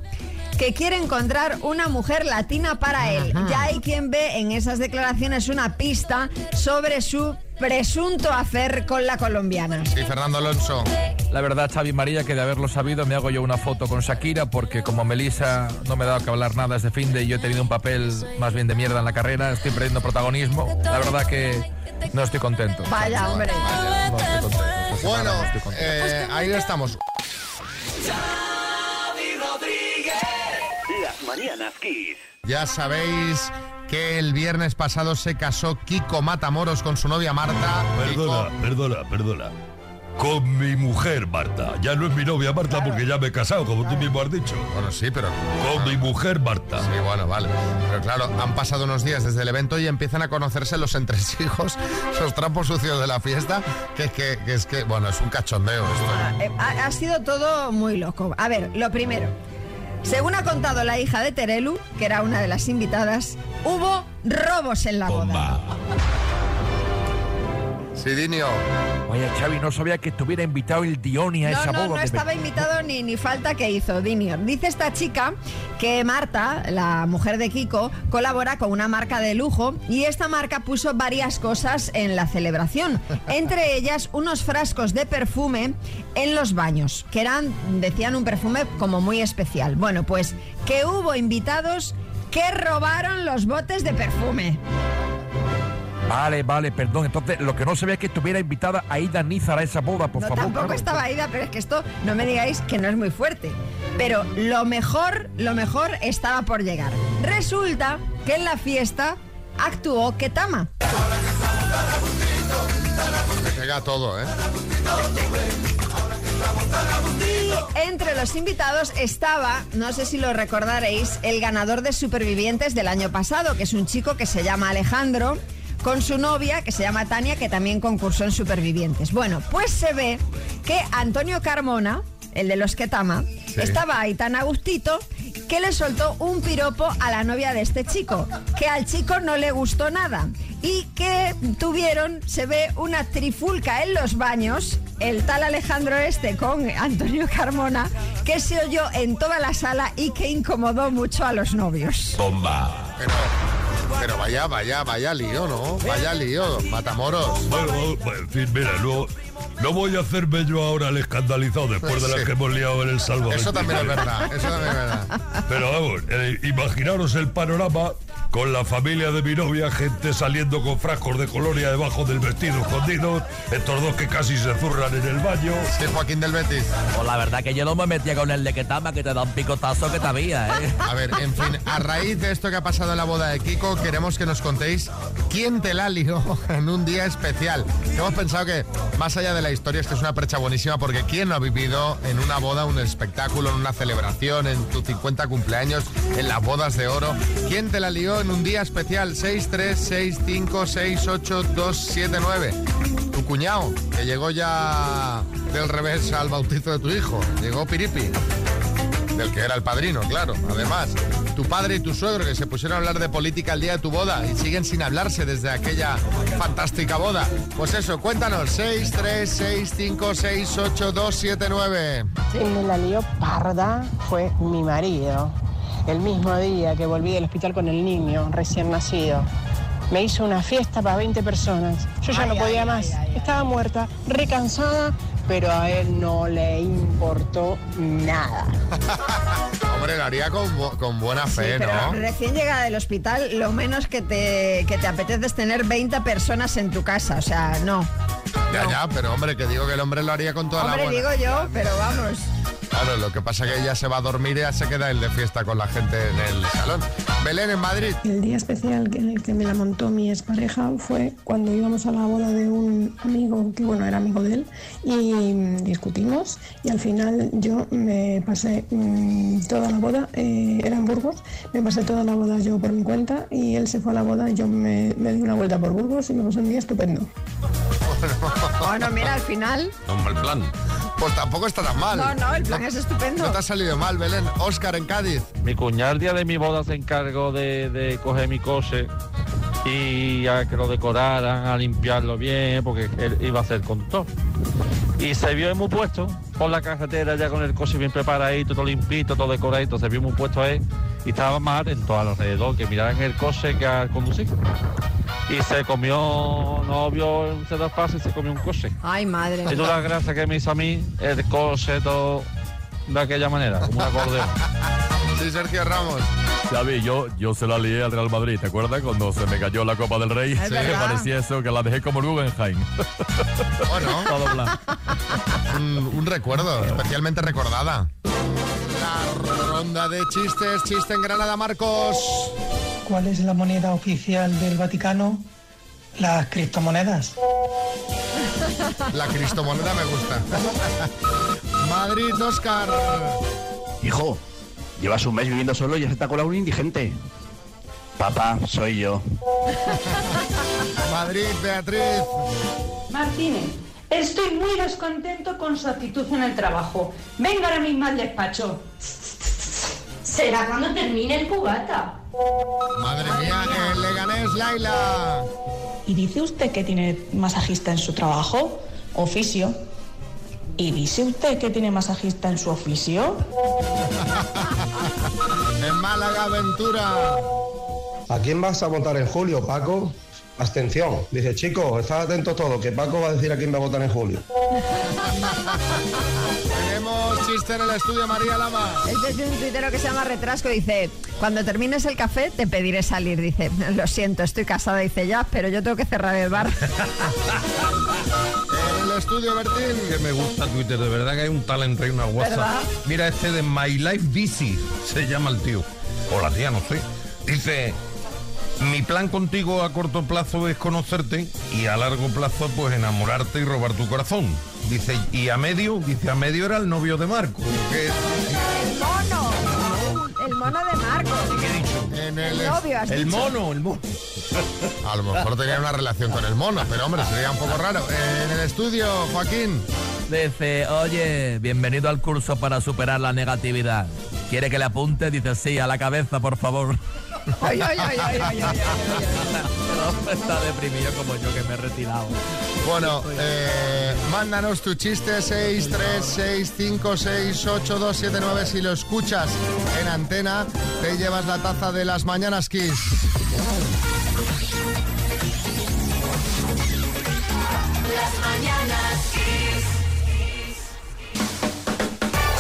que quiere encontrar una mujer latina para él. Ya hay quien ve en esas declaraciones una pista sobre su presunto hacer con la colombiana.
Y Fernando Alonso.
La verdad, Xavi María, que de haberlo sabido me hago yo una foto con Shakira porque como Melissa no me ha dado que hablar nada este fin de y yo he tenido un papel más bien de mierda en la carrera, estoy perdiendo protagonismo. La verdad que no estoy contento.
Vaya, hombre.
No estoy contento.
Bueno, eh, ahí estamos.
Las mañanas Kiss.
Ya sabéis que el viernes pasado se casó Kiko Matamoros con su novia Marta.
Perdona, perdona, perdona. Con mi mujer, Marta. Ya no es mi novia, Marta, porque ya me he casado, como tú mismo has dicho.
Bueno, sí, pero...
Con mi mujer, Marta.
Sí, bueno, Ah, vale. Pero claro, han pasado unos días desde el evento y empiezan a conocerse los entresijos, los trampos sucios de la fiesta, que es que, que es que, bueno, es un cachondeo esto.
Eh, ha, ha sido todo muy loco. A ver, lo primero. Según ha contado la hija de Terelu, que era una de las invitadas, hubo robos en la boda.
Sidinio.
Oye, Xavi, no sabía que estuviera invitado el Dioni a
No,
esa
no,
boda.
no
de
estaba
verdad.
invitado ni, ni falta que hizo Dinior. Dice esta chica que Marta, la mujer de Kiko, colabora con una marca de lujo y esta marca puso varias cosas en la celebración. Entre ellas, unos frascos de perfume en los baños, que eran, decían, un perfume como muy especial. Bueno, pues que hubo invitados que robaron los botes de perfume.
Vale, vale, perdón. Entonces, lo que no sabía es que estuviera invitada Aida Nízar a esa boda, por
No,
favor.
tampoco
claro.
estaba ida, pero es que esto no me digáis que no es muy fuerte. Pero lo mejor, lo mejor estaba por llegar. Resulta que en la fiesta actuó Ketama.
Me pega todo, ¿eh?
Y entre los invitados estaba, no sé si lo recordaréis, el ganador de Supervivientes del año pasado, que es un chico que se llama Alejandro, con su novia, que se llama Tania, que también concursó en Supervivientes. Bueno, pues se ve que Antonio Carmona, el de los que tama,
Sí.
estaba ahí tan a gustito que le soltó un piropo a la novia de este chico, que al chico no le gustó nada y que tuvieron, se ve, una trifulca en los baños, el tal Alejandro este con Antonio Carmona, que se oyó en toda la sala y que incomodó mucho a los novios.
Bomba.
Pero, pero vaya, vaya, vaya lío, ¿no? Vaya lío, Matamoros.
Bueno, en fin, mira, no, no voy a hacerme yo ahora el escandalizado después de la
Sí.
que hemos liado en el salvamento.
Eso también es verdad, eso también es verdad.
Pero vamos, eh, imaginaros el panorama con la familia de mi novia, gente saliendo con frascos de colonia debajo del vestido escondidos, estos dos que casi se zurran en el baño.
Sí, Joaquín del Betis.
Pues la verdad que yo no me metía con el lequetama que te da un picotazo que te había, ¿eh?
A ver, en fin, a raíz de esto que ha pasado en la boda de Kiko, queremos que nos contéis quién te la lió en un día especial. Hemos pensado que, más allá de la historia, es que es una percha buenísima porque quién no ha vivido en una boda, un espectáculo, en una celebración, en tu 50 cumpleaños, en las bodas de oro. ¿Quién te la lió en un día especial? 636568279. Tu cuñado, que llegó ya del revés al bautizo de tu hijo. Llegó Piripi del que era el padrino, claro. Además, tu padre y tu suegro que se pusieron a hablar de política el día de tu boda y siguen sin hablarse desde aquella fantástica boda. Pues eso, cuéntanos, 6, 3, 6, 5, 6, 8, 2, 7, 9.
Quien me la lió parda fue mi marido. El mismo día que volví del hospital con el niño recién nacido. Me hizo una fiesta para 20 personas. Yo ya
Ay,
no podía
ay,
más. Estaba muerta, recansada, pero a él no le importó nada.
Hombre, lo haría con, bu- con buena fe,
Pero
¿no?
recién llegada del hospital, lo menos que te, que te apetece es tener 20 personas en tu casa. O sea, no.
Ya, ya, pero hombre, que digo que el hombre lo haría con toda la
Hombre,
buena.
digo yo, pero vamos.
Claro, lo que pasa es que ella se va a dormir y ya se queda él de fiesta con la gente en el salón. Belén en Madrid.
El día especial que, que me la montó mi expareja fue cuando íbamos a la boda de un amigo, que bueno, era amigo de él, y mm, discutimos y al final yo me pasé mm, toda la boda, eh, era en Burgos, me pasé toda la boda yo por mi cuenta y él se fue a la boda, yo me, me di una vuelta por Burgos y me pasé un día estupendo.
Bueno, mira, al final.
No, mal plan. Pues tampoco está tan mal.
No, no, el plan es estupendo.
No te ha salido mal, Belén. Óscar en Cádiz.
Mi cuñada el día de mi boda se encargó de, de coger mi coche y a que lo decoraran, a limpiarlo bien, porque él iba a hacer con todo. Y se vio muy puesto por la carretera ya con el coche bien preparadito, todo limpito, todo decoradito, se vio muy puesto él y estaba más atento al alrededor, que miraran el coche que al conducir. Y se comió, no vio un cedazo y se comió un coche.
Ay, madre.
Y toda la gracia que me hizo a mí, el coche todo de aquella manera, como un acordeón.
Sí, Sergio Ramos.
Xavi, yo, yo se la lié al Real Madrid, ¿te acuerdas? Cuando se me cayó la Copa del Rey,
Es
que
verdad.
parecía eso, que la dejé como Guggenheim.
Bueno. un, un recuerdo, especialmente recordada. La ronda de chistes, chiste en Granada, Marcos.
¿Cuál es la moneda oficial del Vaticano? Las criptomonedas.
La cristomoneda me gusta. Madrid, Óscar.
Hijo, llevas un mes viviendo solo y has estado con un indigente. Papá, soy yo.
Madrid, Beatriz.
Martínez, estoy muy descontento con su actitud en el trabajo. Venga ahora mismo al despacho. Será cuando termine el cubata.
Madre mía, el Leganés, Laila.
¿Y dice usted que tiene masajista en su trabajo? Oficio. ¿Y dice usted que tiene masajista en su oficio?
En eh, Málaga, Ventura.
¿A quién vas a votar en julio, Paco? Abstención. Dice, chicos, estad atentos todos, que Paco va a decir a quién va a votar en julio.
Tenemos chiste en el estudio, María Lama.
Este es de un tuitero que se llama Retrasco. Dice: Cuando termines el café, te pediré salir. Dice: Lo siento, estoy casada. Dice: Ya, pero yo tengo que cerrar el bar.
En el estudio, Bertín.
Que me gusta Twitter, de verdad que hay un talento y una WhatsApp.
¿Verdad?
Mira este de My Life Busy, se llama el tío. O la tía, no sé. Dice, mi plan contigo a corto plazo es conocerte y a largo plazo pues enamorarte y robar tu corazón. Dice, y a medio, dice, a medio era el novio de Marco. Que-
¡El mono! El mono de Marcos.
En
el novio, has dicho.
el mono. A lo mejor tenía una relación con el mono, pero hombre, sería un poco raro. Eh, En el estudio, Joaquín.
Dice, oye, bienvenido al curso para superar la negatividad. ¿Quiere que le apunte? Dice, sí, a la cabeza, por favor.
Ay, ay, ay, ay, ay, ay,
Está deprimido como yo que me he retirado.
Bueno, eh, mándanos tu chiste 636568279 si lo escuchas en antena, te llevas la taza de las mañanas Kiss.
Las mañanas Kiss.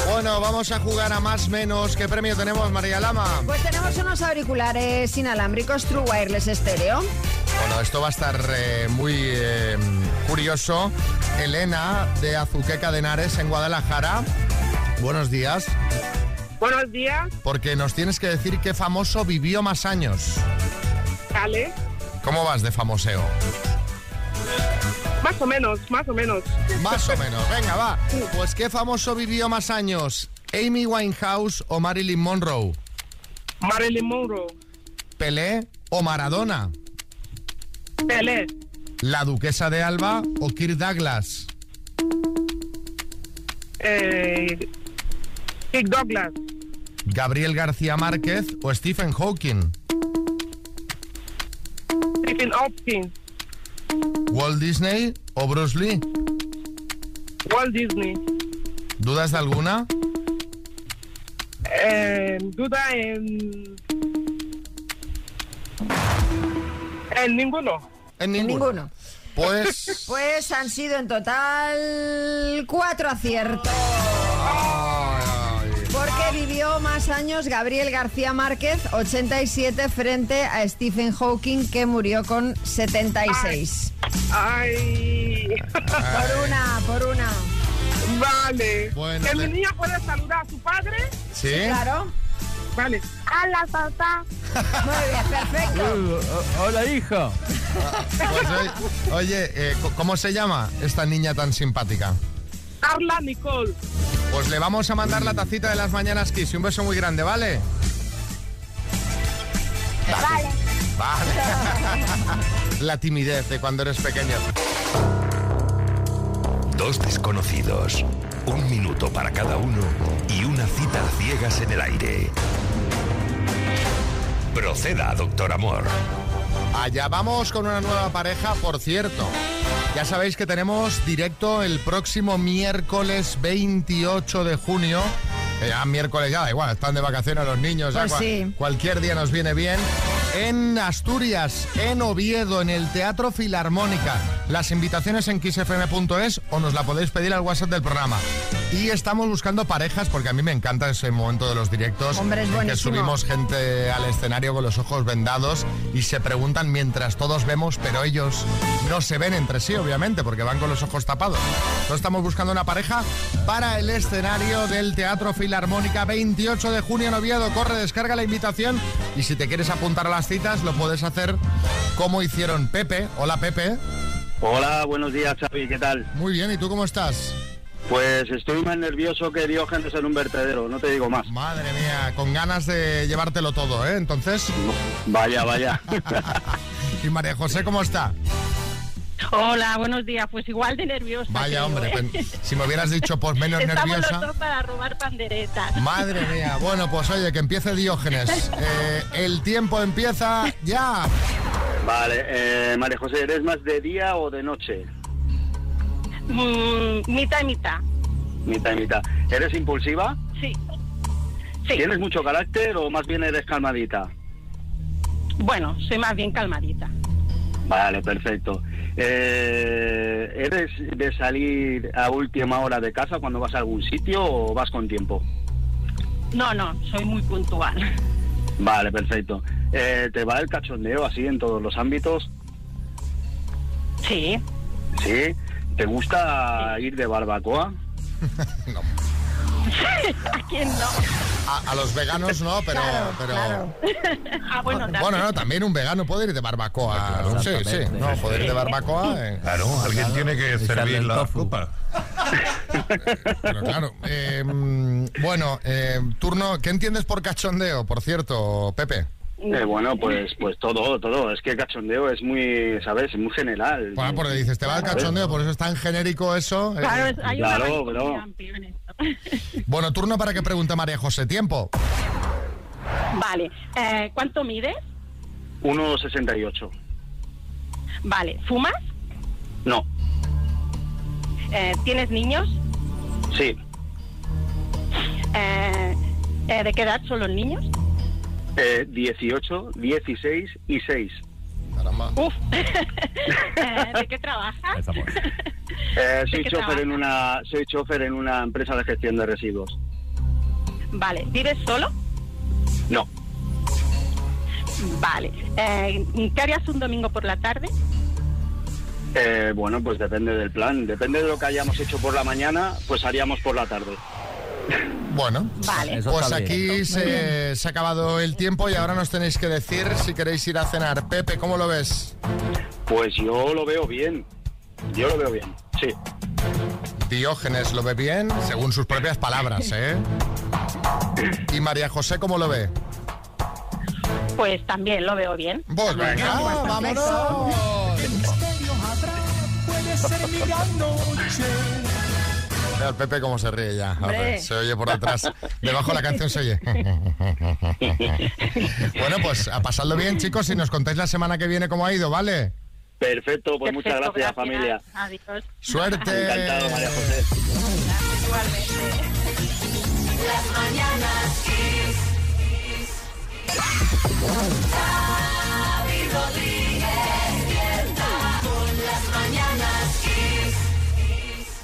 Bueno, Bueno, vamos a jugar a más menos. ¿Qué premio tenemos, María Lama?
Pues tenemos unos auriculares inalámbricos True Wireless Estéreo.
Bueno, esto va a estar eh, muy eh, curioso. Elena de Azuqueca de Henares en Guadalajara. Buenos días.
Buenos días,
Porque nos tienes que decir qué famoso vivió más años.
Cale.
¿Cómo vas de famoseo?
Más o menos, más o menos.
Más o menos, venga, va. Pues qué famoso vivió más años, Amy Winehouse o Marilyn Monroe.
Marilyn Monroe.
Pelé o Maradona.
Pelé.
La duquesa de Alba o Kirk Douglas.
Eh, Kirk Douglas.
Gabriel García Márquez o Stephen Hawking.
Stephen Hopkins.
Walt Disney o Bruce Lee.
Walt Disney.
¿Dudas de alguna?
Eh, duda en. En ninguno.
En
ninguno.
Pues
Pues han sido en total cuatro aciertos. Porque vivió más años Gabriel García Márquez, 87, frente a Stephen Hawking, que murió con 76.
Ay.
Por una, por una.
Vale.
Bueno,
¿Que
te-
mi niña puede saludar a su padre?
Sí. Sí, claro.
Vale. ¡Hala, papá!
Muy bien, perfecto.
Hola, hijo. oye, oye, pues, eh, co- ¿cómo se llama esta niña tan simpática?
Carla Nicole.
Pues le vamos a mandar la tacita de las mañanas Kiss. y Un beso muy grande, ¿vale? Vale. Vale. la timidez de cuando eres pequeño.
Dos desconocidos, un minuto para cada uno y una cita a ciegas en el aire. Proceda, doctor amor.
Allá vamos con una nueva pareja, por cierto. Ya sabéis que tenemos directo el próximo miércoles 28 de junio. Eh, Ya miércoles ya, da igual, están de vacaciones los niños. ya
Pues sí.
Cualquier día nos viene bien. En Asturias, en Oviedo, en el Teatro Filarmónica. Las invitaciones en xfm.es o nos la podéis pedir al WhatsApp del programa. Y estamos buscando parejas porque a mí me encanta ese momento de los directos.
Hombre, es
en que
buenísimo.
subimos gente al escenario con los ojos vendados y se preguntan mientras todos vemos, pero ellos no se ven entre sí, obviamente, porque van con los ojos tapados. Entonces estamos buscando una pareja para el escenario del Teatro Filarmónica 28 de junio en Oviedo. Corre, descarga la invitación y si te quieres apuntar a las citas lo puedes hacer como hicieron Pepe. Hola Pepe.
Hola, buenos días, Xavi, ¿qué tal?
Muy bien, ¿y tú cómo estás?
Pues estoy más nervioso que Diógenes en un vertedero, no te digo más.
Madre mía, con ganas de llevártelo todo, ¿eh? Entonces...
Vaya, vaya.
¿Y María José cómo está?
Hola, buenos días. Pues igual de nerviosa.
Vaya
creo,
hombre,
¿eh?
pen- si me hubieras dicho pues menos
Estamos
nerviosa.
los dos para robar panderetas.
Madre mía, bueno pues oye, que empiece Diógenes. Eh, el tiempo empieza ya.
Vale, eh, María José, ¿eres más de día o de noche?
Mm, mitad y mitad.
Mitad y mitad. ¿Eres impulsiva?
Sí.
¿Tienes mucho carácter o más bien eres calmadita?
Bueno, soy más bien calmadita.
Vale, perfecto. Eh, ¿Eres de salir a última hora de casa cuando vas a algún sitio o vas con tiempo?
No, no, soy muy puntual.
Vale, perfecto. Eh, ¿Te va el cachondeo así en todos los ámbitos?
Sí.
¿Sí? ¿Te gusta ir de barbacoa?
¿A quién no?
A, a los veganos no, pero... pero...
ah, bueno, también.
Bueno, no, también un vegano puede ir de barbacoa. sí, sí,
Ah, exactamente.
no, poder ir de barbacoa. eh.
Claro, alguien tiene que
Echarle
servir
el
la
tofu.
copa.
Pero claro, eh, mm, bueno, eh, turno, ¿qué entiendes por cachondeo, por cierto, Pepe?
Eh, bueno, pues pues todo, todo. Es que cachondeo es muy, ¿sabes? Muy general.
Bueno, Ah, porque dices, te va el cachondeo, por eso es tan generico eso. eh.
Claro, es- hay una Claro, manía bro.
amplio en esto.
Bueno, turno para que pregunte María José. Tiempo.
Vale. eh, ¿Cuánto mides?
1,68.
Vale. ¿Fumas?
No,
Eh, ¿Tienes niños?
sí.
Eh, eh, ¿De qué edad son los niños?
Eh, 18, 16 y 6.
Uf. Eh, ¿De qué trabajas?
Eh,
¿De
soy
qué
chofer
trabajas?
en una soy chofer en una empresa de gestión de residuos.
Vale, ¿vives solo?
No.
Vale. Eh, ¿Qué harías un domingo por la tarde?
Eh, bueno, pues depende del plan. Depende de lo que hayamos hecho por la mañana, pues haríamos por la tarde.
Bueno,
Vale. Eso
pues
está
aquí
bien.
se, se ha acabado el tiempo y ahora nos tenéis que decir si queréis ir a cenar. Pepe, ¿cómo lo ves?
Pues yo lo veo bien. Yo lo veo bien, sí.
Diógenes lo ve bien, según sus propias palabras, ¿eh? ¿Y María José cómo lo ve?
Pues también lo veo bien.
Pues venga, vámonos.
El misterio habrá, puede ser mi gran noche.
Mira al Pepe cómo se ríe ya. A
Hombre.
ver, se oye por atrás. Debajo la canción se oye. bueno, pues a pasarlo bien, chicos, y nos contáis la semana que viene cómo ha ido, ¿vale?
Perfecto, pues muchas
Perfecto,
gracias, familia.
Adiós.
Suerte.
Encantado, María José.
Las mañanas Kiss. Xavi Rodríguez despierta con las mañanas Kiss.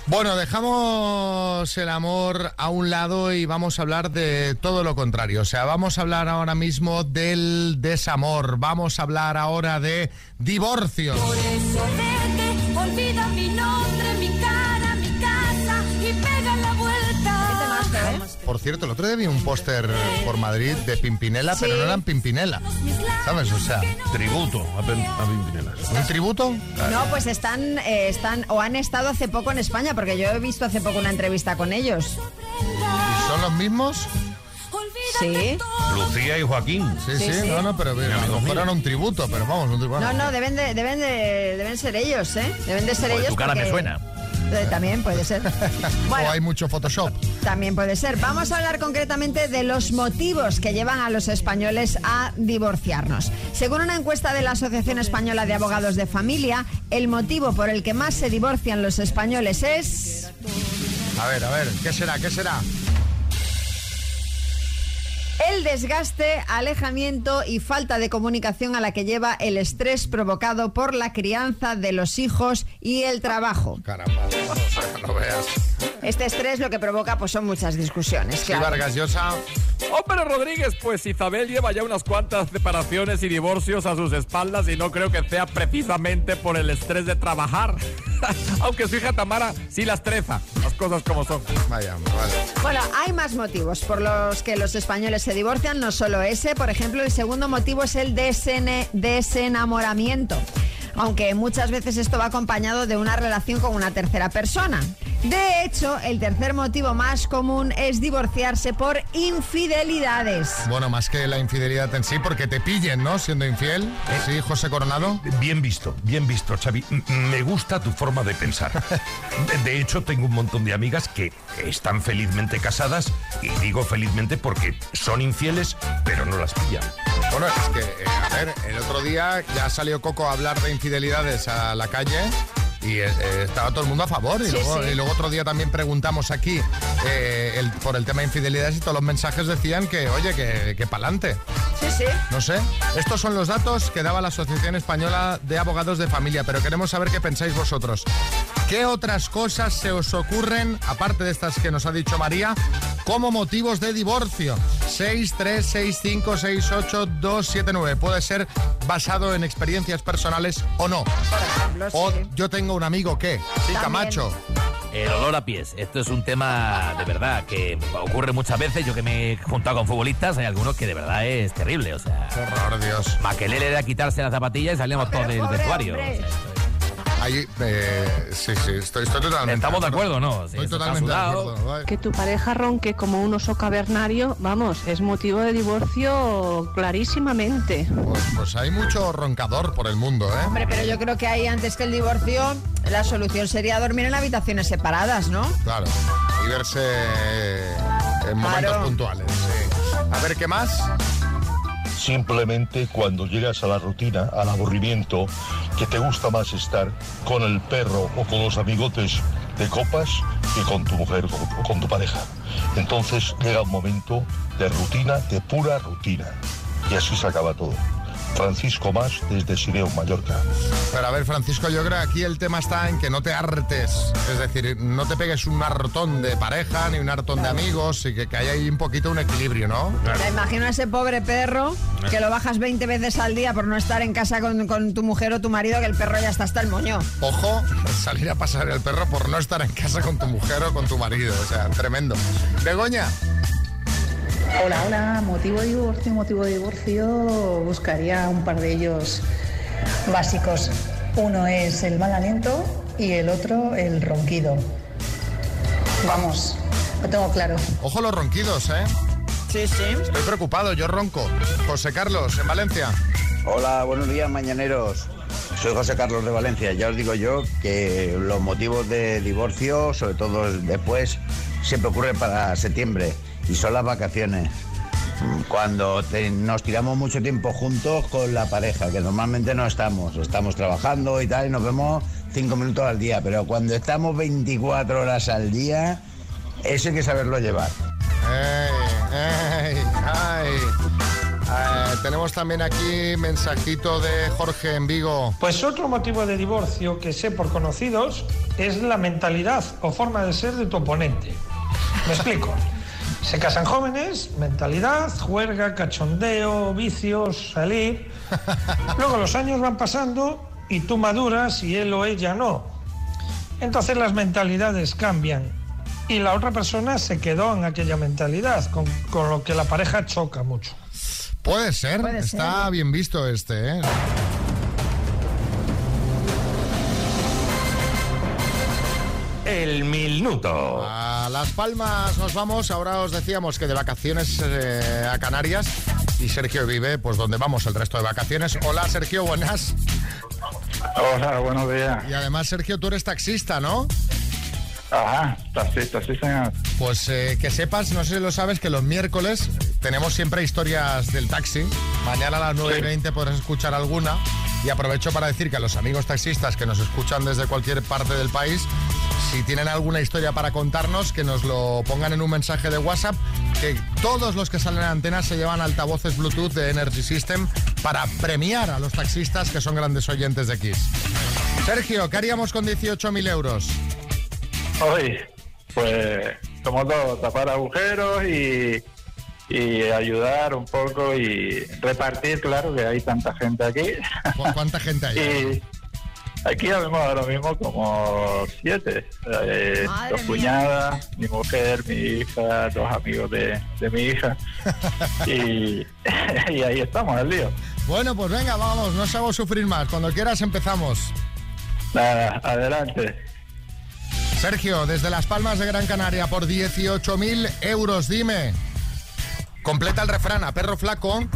Bueno, dejamos el amor a un lado y vamos a hablar de todo lo contrario. O sea, vamos a hablar ahora mismo del desamor. Vamos a hablar ahora de divorcios.
Por eso vete, olvida mi nombre, mi cara, mi casa y pega la vuelta.
Por cierto, el otro día vi un póster por Madrid de Pimpinela, pero no eran Pimpinela. ¿Sabes? O sea, tributo a, Pimpinela. ¿Un tributo?
No, pues están, eh, están o han estado hace poco en España, porque yo he visto hace poco una entrevista con ellos.
¿Y son los mismos?
Sí.
Lucía y Joaquín. Sí,
Sí,
sí,
sí.
no, no, pero a lo mejor era un tributo, pero vamos, un tributo.
No, no, deben de, deben de, deben ser ellos, ¿eh? Deben de ser
Joder,
ellos.
tu cara me
porque-
suena.
Eh, También puede ser. Bueno,
O hay mucho Photoshop.
También puede ser. Vamos a hablar concretamente de los motivos que llevan a los españoles a divorciarnos. Según una encuesta de la Asociación Española de Abogados de Familia, el motivo por el que más se divorcian los españoles es...
A ver, a ver, ¿qué será? ¿Qué será?
El desgaste, alejamiento y falta de comunicación a la que lleva el estrés provocado por la crianza de los hijos y el trabajo.
Caramba, o sea, no veas.
Este estrés lo que provoca pues son muchas discusiones.
Sí, Vargas Llosa.
Oh, pero Rodríguez, pues Isabel lleva ya unas cuantas separaciones y divorcios a sus espaldas y no creo que sea precisamente por el estrés de trabajar. Aunque su hija Tamara sí las treza, las cosas como son.
Vaya,
Bueno, hay más motivos por los que los españoles se divorcian, no solo ese. Por ejemplo, el segundo motivo es el desene- desenamoramiento. Aunque muchas veces esto va acompañado de una relación con una tercera persona. De hecho, el tercer motivo más común es divorciarse por infidelidades.
Bueno, más que la infidelidad en sí, porque te pillen, ¿no? Siendo infiel. Sí, José Coronado.
Eh. Bien visto, bien visto, Xavi. M- Me gusta tu forma de pensar. De- De hecho, tengo un montón de amigas que están felizmente casadas, y digo felizmente porque son infieles, pero no las pillan.
Bueno, es que, eh, a ver, el otro día ya salió Coco a hablar de infidelidades a la calle y eh, estaba todo el mundo a favor. Y,
Sí,
luego,
sí.
y luego otro día también preguntamos aquí eh, el- por el tema de infidelidades y todos los mensajes decían que, oye, que, que pa'lante.
Sí, sí.
No sé. Estos son los datos que daba la Asociación Española de Abogados de Familia, pero queremos saber qué pensáis vosotros. ¿Qué otras cosas se os ocurren, aparte de estas que nos ha dicho María, como motivos de divorcio? 636568279. Puede ser basado en experiencias personales o no. O yo tengo un amigo que, sí, Camacho.
El olor a pies. Esto es un tema de verdad que ocurre muchas veces. Yo que me he juntado con futbolistas, hay algunos que de verdad es terrible. O sea,
horror, Dios.
Maquelele era quitarse la zapatilla y salíamos todos del vestuario.
Ahí, eh, sí, sí, estoy, estoy totalmente.
¿Estamos de acuerdo o no? Sí,
Estoy
eso está
totalmente de
sudado.
acuerdo.
Que tu pareja ronque como un oso cavernario, vamos, es motivo de divorcio clarísimamente.
Pues hay mucho roncador por el mundo, ¿eh?
Hombre, pero yo creo que ahí antes que el divorcio, la solución sería dormir en habitaciones separadas, ¿no?
Claro. Y verse eh, en momentos puntuales. sí. A ver, ¿qué más?
Simplemente cuando llegas a la rutina, al aburrimiento, que te gusta más estar con el perro o con los amigotes de copas que con tu mujer o con tu pareja. Entonces llega un momento de rutina, de pura rutina. Y así se acaba todo. Francisco Más desde Sideo, Mallorca.
Pero a ver, Francisco, yo creo que aquí el tema está en que no te hartes. Es decir, no te pegues un hartón de pareja ni un hartón de amigos y que, que haya ahí un poquito un equilibrio, ¿no?
Me imagino a ese pobre perro que lo bajas 20 veces al día por no estar en casa con, con tu mujer o tu marido, que el perro ya está hasta el moño.
Ojo, salir a pasar el perro por no estar en casa con tu mujer o con tu marido. O sea, tremendo. Begoña,
Hola, hola, motivo de divorcio, motivo de divorcio, buscaría un par de ellos básicos. Uno es el mal aliento y el otro el ronquido. Vamos, lo tengo claro.
ojo los ronquidos, ¿eh?
Sí, sí.
Estoy preocupado, yo ronco. José Carlos, en Valencia.
Hola, buenos días, mañaneros. Soy José Carlos de Valencia. Ya os digo yo que los motivos de divorcio, sobre todo después, siempre ocurre para septiembre y son las vacaciones. Cuando te- nos tiramos mucho tiempo juntos con la pareja, que normalmente no estamos, estamos trabajando y tal, y nos vemos cinco minutos al día, pero cuando estamos 24 horas al día, eso hay que saberlo llevar.
Ey, ey, ay. Eh, tenemos también aquí mensajito de Jorge en Vigo.
Pues otro motivo de divorcio que sé por conocidos es la mentalidad o forma de ser de tu oponente. Me explico. Se casan jóvenes, mentalidad, juerga, cachondeo, vicios, salir. Luego los años van pasando y tú maduras y él o ella no. Entonces las mentalidades cambian y la otra persona se quedó en aquella mentalidad, con, con lo que la pareja choca mucho.
Puede ser, está bien visto este, ¿eh?
El minuto.
A Las Palmas nos vamos. Ahora os decíamos que de vacaciones eh, a Canarias y Sergio vive, pues donde vamos el resto de vacaciones. Hola Sergio, buenas.
Hola, buenos días.
Y además Sergio, tú eres taxista, ¿no?
Ajá, taxista, sí, señor.
Pues eh, que sepas, no sé si lo sabes, que los miércoles tenemos siempre historias del taxi. Mañana a las 9 y 20 podrás escuchar alguna. Y aprovecho para decir que a los amigos taxistas que nos escuchan desde cualquier parte del país, si tienen alguna historia para contarnos, que nos lo pongan en un mensaje de WhatsApp, que todos los que salen a antena se llevan altavoces Bluetooth de Energy System para premiar a los taxistas que son grandes oyentes de Kiss. Sergio, ¿qué haríamos con 18.000 euros?
Hoy, pues, como todo, tapar agujeros y, y ayudar un poco y repartir, claro, que hay tanta gente aquí.
¿Cu- ¿Cuánta gente hay?
Y aquí habemos ahora mismo como siete. Eh,
Madre
dos
mía.
cuñadas, mi mujer, mi hija, dos amigos de, de mi hija. y, y ahí estamos, al lío.
Bueno, pues venga, vamos, no os hago sufrir más. Cuando quieras empezamos.
Nada, adelante.
Sergio, desde Las Palmas de Gran Canaria, por 18.000 euros, dime. Completa el refrán, a perro flaco.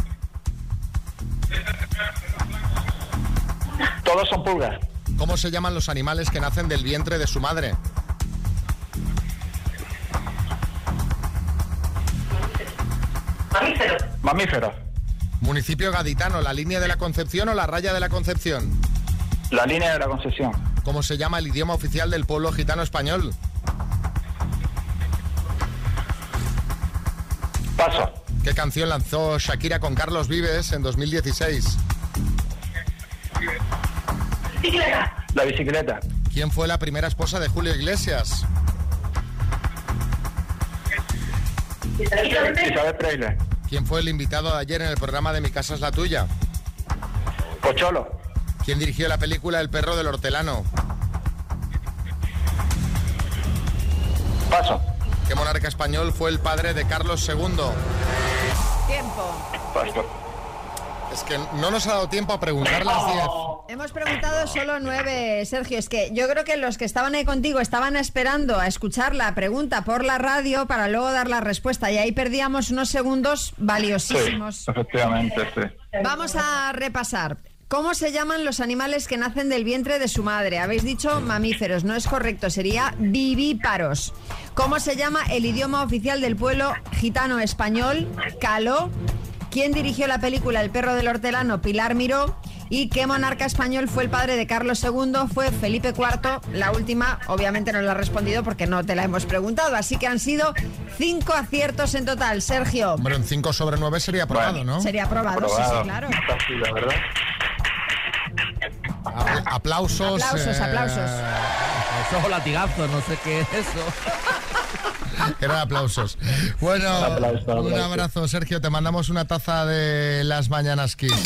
Todos son pulgas.
¿Cómo se llaman los animales que nacen del vientre de su madre?
Mamíferos. Mamíferos.
Municipio gaditano, la línea de la Concepción o la raya de la Concepción.
La línea de la concesión.
¿Cómo se llama el idioma oficial del pueblo gitano español?
Paso.
¿Qué canción lanzó Shakira con Carlos Vives en 2016?
La bicicleta.
¿Quién fue la primera esposa de Julio Iglesias?
Isabel Preisler.
¿Quién fue el invitado de ayer en el programa de Mi casa es la tuya?
Pocholo.
¿Quién dirigió la película El perro del hortelano?
Paso.
¿Qué monarca español fue el padre de Carlos II?
Tiempo.
Paso.
Es que no nos ha dado tiempo a preguntar las 10.
Hemos preguntado solo nueve, Sergio. Es que yo creo que los que estaban ahí contigo estaban esperando a escuchar la pregunta por la radio para luego dar la respuesta y ahí perdíamos unos segundos
Sí,
valiosísimos.
efectivamente, sí.
Vamos a repasar. ¿Cómo se llaman los animales que nacen del vientre de su madre? Habéis dicho mamíferos, no es correcto, sería vivíparos. ¿Cómo se llama el idioma oficial del pueblo gitano español? Caló. ¿Quién dirigió la película El perro del hortelano? Pilar Miró. ¿Y qué monarca español fue el padre de Carlos II? Fue Felipe IV. La última, obviamente, no la ha respondido porque no te la hemos preguntado. Así que han sido cinco aciertos en total. Sergio.
Hombre, un 5 sobre 9 sería aprobado, ¿no?
Sería aprobado, sí, sí, claro.
Fácil, la verdad.
Apl- Aplausos.
Aplausos,
eh,
aplausos.
Eso o latigazo, no sé qué es eso.
Eran aplausos. Bueno,
Un aplauso, aplauso.
un abrazo, Sergio. Te mandamos una taza de las mañanas Kiss.